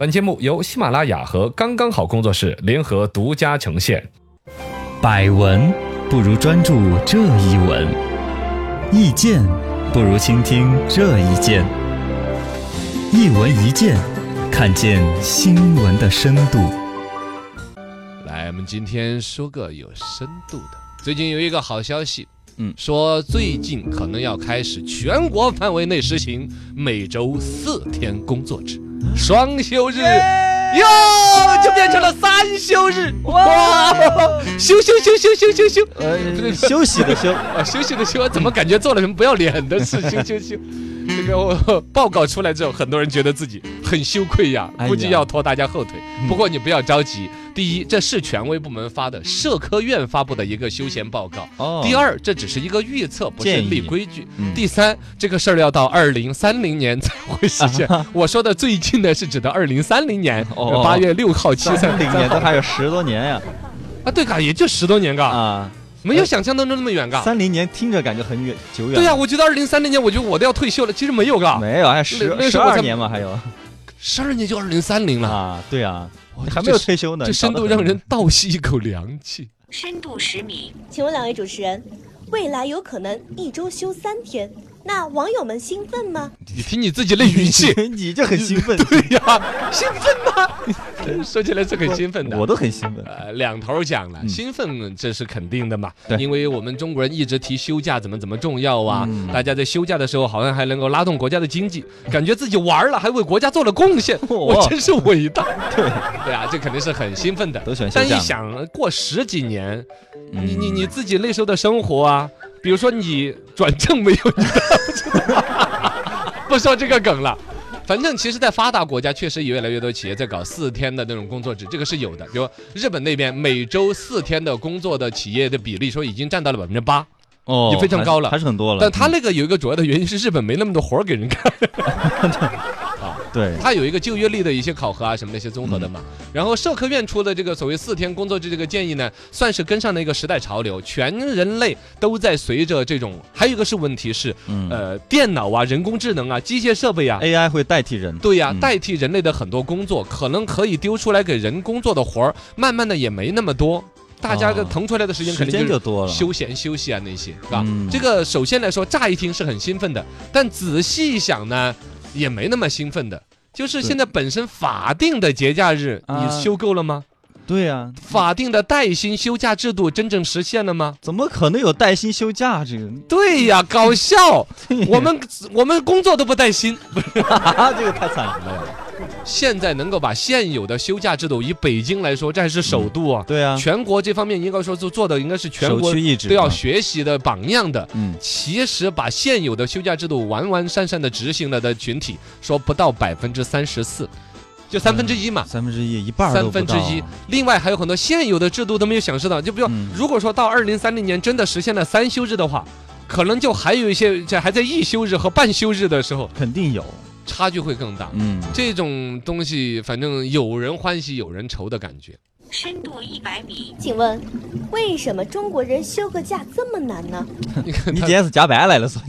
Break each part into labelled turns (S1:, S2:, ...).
S1: 本节目由喜马拉雅和刚刚好工作室联合独家呈现。
S2: 百闻不如专注这一闻，意见不如倾听这一见。一闻一见，看见新闻的深度。
S3: 来，我们今天说个有深度的。最近有一个好消息，
S2: 嗯
S3: 说最近可能要开始全国范围内实行每周四天工作制，双休日。哟，就变成了三休日哇！休休休休休休休，
S2: 呃，休息的休，
S3: 啊，休息的休，怎么感觉做了什么不要脸的 事？休休休，这个我报告出来之后，很多人觉得自己很羞愧呀
S2: 哎，呀嗯
S3: 估计要拖大家后腿。不过你不要着急，第一，这是权威部门发的，社科院发布的一个休闲报告。
S2: 哦
S3: 第二，这只是一个预测，不是
S2: 建议
S3: 立规矩
S2: 嗯。
S3: 第三，这个事儿要到二零三零年才会实 现。我说的最近呢，是指的二零三零年
S2: 哦
S3: 八月六号、七
S2: 三
S3: 三
S2: 零年都还有十多年呀
S3: 啊，对嘎，也就十多年嘎，
S2: 啊，
S3: 没有想象当中那么远嘎。
S2: 三零年听着感觉很远久远。
S3: 对呀、我觉得二零三零年，我觉得我都要退休了。其实没有嘎，
S2: 没有，还
S3: 那
S2: 十
S3: 那
S2: 十
S3: 时候我
S2: 二
S3: 才
S2: 年嘛，还有
S3: 十二年就二零三零了，
S2: 啊，对啊，
S3: 哇
S2: 还没有
S3: 这
S2: 退休呢。
S3: 这
S2: 你搞
S3: 深
S2: 得
S3: 度
S2: 很，
S3: 让人倒吸一口凉气。
S4: 深度十米，
S5: 请问两位主持人，未来有可能一周休三天，那网友们兴奋吗？
S3: 你听你自己那语气
S2: 你就很兴 奋，
S3: 对呀，兴 奋吗？说起来是很兴奋的。
S2: 我都很兴奋。
S3: 呃，两头讲了，兴奋这是肯定的嘛，
S2: 对
S3: 因为我们中国人一直提休假怎么怎么重要啊，
S2: 嗯
S3: 大家在休假的时候好像还能够拉动国家的经济，感觉自己玩儿了，还为国家做了贡 献，我真是伟大。
S2: 对，
S3: 对啊，这肯定是很兴奋的。
S2: 都喜欢休
S3: 但一
S2: 假嘛
S3: 想过十几年，
S2: 嗯
S3: 你你你自己那时候的生活啊，比如说你转正没有，你都不知道 不说这个梗了。反正其实，在发达国家，确实有越来越多企业在搞四天的那种工作制，这个是有的。比如日本那边每周四天的工作的企业的比例，说已经占到了百分之八，
S2: 哦
S3: 也非常高了
S2: 还是很多了。
S3: 但他那个有一个主要的原因是日本没那么多活儿给人干。
S2: 嗯对，
S3: 它有一个就业力的一些考核啊，什么那些综合的嘛。
S2: 嗯
S3: 然后社科院出的这个所谓四天工作制这个建议呢，算是跟上了一个时代潮流，全人类都在随着这种。还有一个是问题是，
S2: 嗯
S3: 呃，电脑啊、人工智能啊、机械设备啊。
S2: ，AI 会代替人。
S3: 对呀、
S2: 嗯
S3: 代替人类的很多工作，可能可以丢出来给人工作的活儿，慢慢的也没那么多，大家
S2: 哦
S3: 个腾出来的时间
S2: 时
S3: 肯定就
S2: 间
S3: 是
S2: 就多了。
S3: 休闲休息啊那些，是吧？
S2: 嗯
S3: 这个首先来说，乍一听是很兴奋的，但仔细一想呢，也没那么兴奋的。就是
S2: 对
S3: 现在本身法定的节假日，
S2: 啊
S3: 你休够了吗？
S2: 对啊，
S3: 法定的带薪休假制度真正实现了吗？
S2: 怎么可能有带薪休假这个？
S3: 对 呀，搞笑！我们 我们工作都不带薪。
S2: 啊，这个太惨了。
S3: 现在能够把现有的休假制度，以北京来说，这还是首都啊，
S2: 对啊，
S3: 全国这方面应该说做做的应该是全
S2: 首
S3: 国
S2: 屈一指啊
S3: 都要
S2: 嘛
S3: 学习的榜样的。
S2: 嗯，
S3: 其实把现有的休假制度完完善善的执行了的群体，说不到百分之三十四，就三分之一嘛。
S2: 三分之一，一嗯半儿都
S3: 三
S2: 不
S3: 分之
S2: 到啊
S3: 一，另外还有很多现有的制度都没有享受到，就比如
S2: 嗯
S3: 如果说到二零三零年真的实现了三休日的话，可能就还有一些这还在一休日和半休日的时候，
S2: 肯定有。
S3: 差距会更大。
S2: 嗯，
S3: 这种东西，反正有人欢喜有人愁的感觉。
S4: 深度一百米，
S5: 请问，为什么中国人休个假这么难呢？
S3: 你看
S2: 你
S3: 他
S2: 今天是加班来了是吧？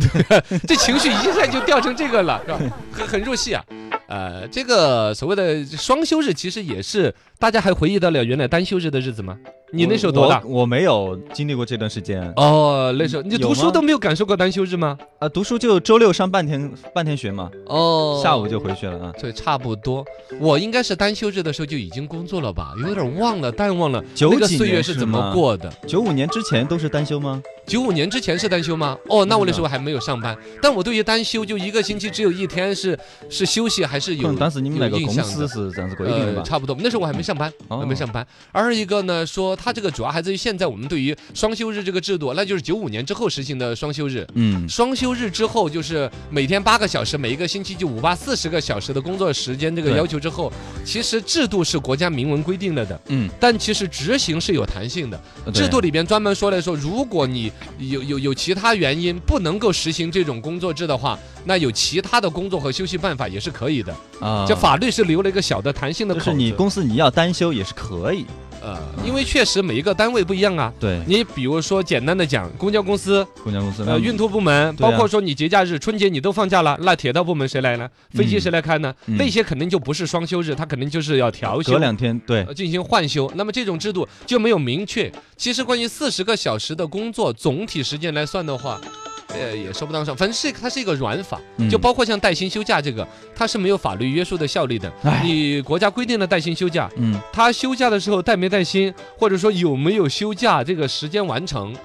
S3: 这情绪一下就掉成这个了，是吧？ 很很入戏啊。呃，这个所谓的双休日，其实也是大家还回忆到了原来单休日的日子吗？ 你那时候多大？
S2: 我？我没有经历过这段时间
S3: 哦，那时候你
S2: 有
S3: 读书
S2: 吗
S3: 都没有感受过单休日吗？
S2: 啊，读书就周六上半天半天学嘛，
S3: 哦
S2: 下午就回去了啊。
S3: 对，差不多。我应该是单休日的时候就已经工作了吧，有点忘了，淡忘了
S2: 九
S3: 那个
S2: 几
S3: 岁月
S2: 年
S3: 是
S2: 是
S3: 怎么
S2: 吗
S3: 过的。
S2: 九五年之前都是单休吗？
S3: 九五年之前是单休吗？哦，那我那
S2: 嗯
S3: 时候还没有上班，但我对于单休就一个星期只有一天是是休息，还是
S2: 可
S3: 有
S2: 能当时你们
S3: 有
S2: 那个
S3: 印
S2: 公
S3: 象
S2: 司
S3: 的
S2: 是这样子规定的吧
S3: 呃？？差不多，那时候我还没上班，
S2: 哦
S3: 还没上班。二一个呢，说它这个主要还在于现在我们对于双休日这个制度，那就是九五年之后实行的双休日。
S2: 嗯，
S3: 双休日之后就是每天八个小时，每一个星期就五八四十个小时的工作时间这个
S2: 对
S3: 要求之后，其实制度是国家明文规定了的，
S2: 嗯，
S3: 但其实执行是有弹性的。
S2: 对啊
S3: 制度里边专门说了说，如果你有有有其他原因不能够实行这种工作制的话，那有其他的工作和休息办法也是可以的。
S2: 啊，
S3: 这法律是留了一个小的弹性的
S2: 就
S3: 口子。
S2: 是你公司你要单休也是可以，
S3: 呃，因为确实每一个单位不一样啊。
S2: 对，
S3: 你比如说，简单的讲，公交公司、
S2: 公交公司
S3: 呃运
S2: 动
S3: 拓部门，
S2: 对啊
S3: 包括说你节假日、春节你都放假了，那铁道部门谁来呢？飞机谁来开呢？
S2: 嗯
S3: 那些肯定就不是双休日，它肯定就是要调休
S2: 隔。两天，对
S3: 呃，进行换休，那么这种制度就没有明确。其实关于四十个小时的工作总体时间来算的话，呃，也说不当上，反正是它是一个软法，
S2: 嗯
S3: 就包括像带薪休假这个，它是没有法律约束的效力的
S2: 唉。
S3: 你啊国家规定了带薪休假，
S2: 哎嗯，
S3: 他休假的时候带没带薪，或者说有没有休假这个时间完
S2: 嗯
S3: 成，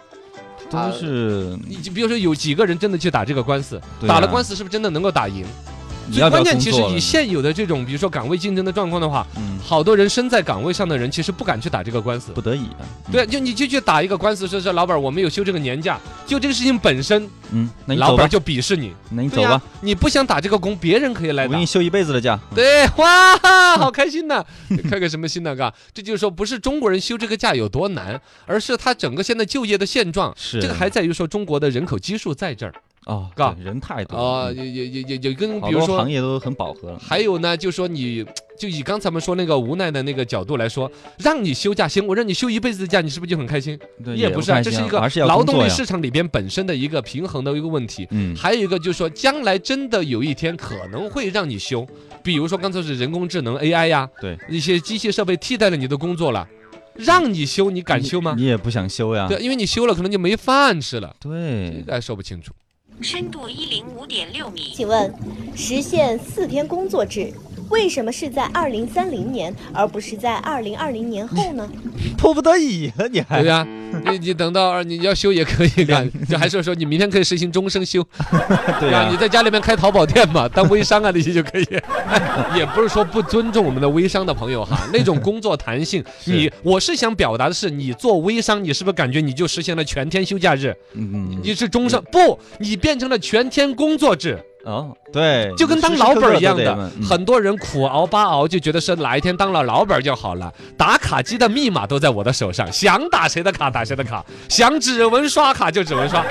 S2: 都是
S3: 你就比如说有几个人真的去打这个官司，
S2: 对啊
S3: 打了官司是不是真的能够打赢？
S2: 你
S3: 最
S2: 要不
S3: 关
S2: 要
S3: 键其实
S2: 工作
S3: 以现有的这种比如说岗位竞争的状况的话，
S2: 嗯
S3: 好多人身在岗位上的人其实不敢去打这个官司
S2: 不。得已啊，嗯
S3: 对，，就你就去打一个官司，说是老板我没有休这个年假，就这个事情本身，
S2: 嗯，那你
S3: 老
S2: 走吧
S3: 板，就鄙视你。
S2: 那你走
S3: 对呀
S2: 吧，，
S3: 你不想打这个工，别人可以来
S2: 我
S3: 打
S2: 给你。休一辈子的假，
S3: 对，哇，好开心呐、开个什么心呐、嘎，这就是说，不是中国人休这个假有多难，而是他整个现在就业的现状。
S2: 嗯是
S3: 这个还在于说中国的人口基数在这儿
S2: 哦，
S3: 嘎
S2: 对人太多
S3: 啊，
S2: 了，嗯
S3: 也也也也也跟
S2: 好
S3: 比如
S2: 多
S3: 说
S2: 行，业都很饱和了，
S3: 还有呢，就说你就以刚才我们说那个无奈的那个角度来说，让你休假，行，我让你休一辈子的假，你是不是就很开心？
S2: 对
S3: 也不是啊，
S2: 开
S3: 这
S2: 心
S3: 是一个
S2: 还是要
S3: 劳
S2: 工
S3: 动
S2: 作
S3: 力
S2: 呀
S3: 市场里边本身的一个平衡的一个问题。
S2: 嗯
S3: 还有一个就是说，将来真的有一天可能会让你休，比如说刚才是人工智能 AI 呀、
S2: 对，
S3: 一些机械设备替代了你的工作了，让你休，你敢休吗
S2: 你？你也不想休呀，
S3: 对，因为你休了可能就没饭吃了，这
S2: 对，
S3: 个还说不清楚。
S4: 深度一零五点六米。
S5: 请问，实现四天工作制，为什么是在二零三零年，而不是在二零二零年后呢？
S2: 迫不得已啊，你还
S3: 对呀、你你等到你要休也可以 干，就还是说你明天可以实行终身休，
S2: 对啊
S3: 吧？啊你在家里面开淘宝店嘛， 当微商啊那些就可以。 也不是说不尊重我们的微商的朋友 哈，那种工作弹性，你我是想表达的是，你做微商，你是不是感觉你就实现了全天休假日？
S2: 嗯
S3: 你是终身不，你变成了全天工作制，
S2: 哦，对，
S3: 就跟
S2: 你
S3: 当
S2: 时时
S3: 老
S2: 刻
S3: 板儿
S2: 刻
S3: 一样
S2: 都得
S3: 的
S2: 问。嗯
S3: 很多人苦熬八熬，就觉得是哪一天当了老板儿就好了。打卡机的密码都在我的手上，想打谁的卡打谁的卡，想指纹刷卡就指纹刷。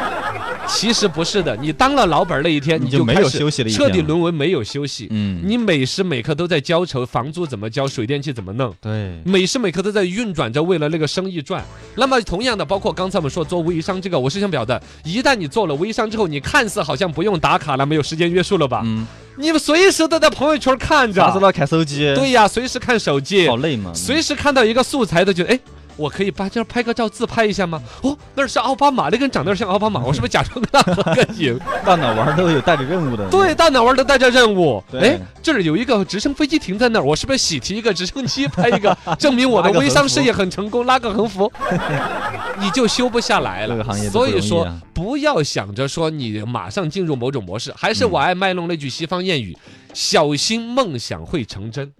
S3: 其实不是的，你当了老板儿那一天，
S2: 你
S3: 你
S2: 就没
S3: 开
S2: 有
S3: 始
S2: 休息了一
S3: 彻底
S2: 天了
S3: 沦为没有休息。
S2: 嗯，
S3: 你每时每刻都在交愁，房租怎么交，水电气怎么弄。
S2: 对，
S3: 每时每刻都在运转着，为了那个生意赚。那么同样的，包括刚才我们说做微商这个，我是想表达，一旦你做了微商之后，你看似好像不用打卡了，没有时间约束了吧？
S2: 嗯，
S3: 你们随时都在朋友圈看
S2: 啥子
S3: 着，
S2: 都看手机，
S3: 对呀，随时看手机
S2: 好，累嘛，
S3: 哎随时看到一个素材都觉得，哎，我可以把这儿拍个照自拍一下吗？哦，那儿是奥巴马，那个人长得有点像奥巴马，我是不是假装跟他合个影？
S2: 大脑玩儿都有带着任务的，
S3: 对，大脑玩的带着任务。
S2: 对
S3: 哎，这儿有一个直升飞机停在那儿，我是不是喜提一个直升机拍一个，证明我的
S2: 拉个
S3: 微
S2: 横
S3: 商
S2: 幅
S3: 事业很成功，拉个横 幅，你就休不下来
S2: 这
S3: 了
S2: 个。行业都
S3: 所以
S2: 不容易
S3: 说
S2: 啊，
S3: 不要想着说你马上进入某种模式，还是
S2: 嗯
S3: 我爱卖弄那句西方谚语：小心梦想会成真。
S2: 嗯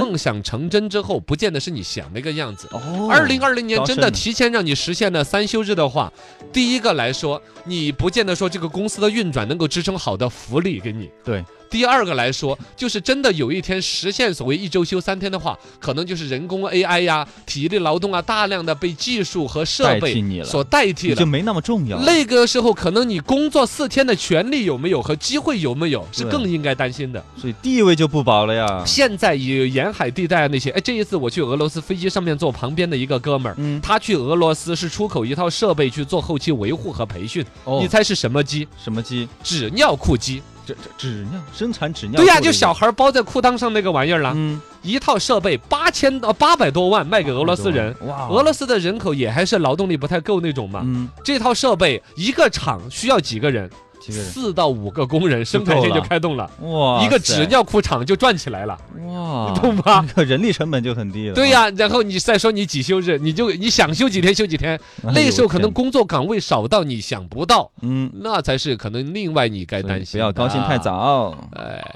S3: 梦想成真之后，不见得是你想那个样子。
S2: 哦，
S3: 二零二零年
S2: 高
S3: 真
S2: 深
S3: 的
S2: 了
S3: 提前让你实现了三休日的话，第一个来说，你不见得说这个公司的运转能够支撑好的福利给你。
S2: 对。
S3: 第二个来说，就是真的有一天实现所谓一周休三天的话，可能就是人工 AI 呀、体力劳动啊，大量的被技术和设
S2: 代替你
S3: 备
S2: 了
S3: 所代替
S2: 你
S3: 了
S2: 就。没那么重要了，
S3: 那个时候，可能你工作四天的权利有没有和机会有没有，是
S2: 对
S3: 更应该担心的。
S2: 所以地位就不保了呀，
S3: 现在以沿海地带啊那些，哎，这一次我去俄罗斯飞机上面坐旁边的一个哥们儿，
S2: 嗯，
S3: 他去俄罗斯是出口一套设备去做后期维护和培训，
S2: 哦
S3: 你猜是什么机？
S2: 什么鸡？
S3: 纸尿裤机。
S2: 这这纸尿生产纸尿裤
S3: 对
S2: 的一
S3: 呀、
S2: 个，
S3: 就小孩包在裤裆上那个玩意儿啦。
S2: 嗯，
S3: 一套设备八千呃八百多万卖给俄罗斯人。
S2: 哇，
S3: 俄罗斯的人口也还是劳动力不太够那种嘛。
S2: 啊嗯，
S3: 这套设备一个厂需要几个人？
S2: 几个人
S3: 四到五个工人，生产线就开动了。
S2: 哇，啊
S3: 一个纸尿裤厂就赚起来了，
S2: 哇，
S3: 懂吧？
S2: 这个 人力成本就很低了，
S3: 对呀、然后你再说你几休日，你就你想休几天休几天，
S2: 哎呦，
S3: 那时候可能
S2: 天
S3: 工作岗位少到你想不到，
S2: 嗯，
S3: 那才是可能另外你该
S2: 所以
S3: 担心。
S2: 不要高兴太。早。
S3: 哎。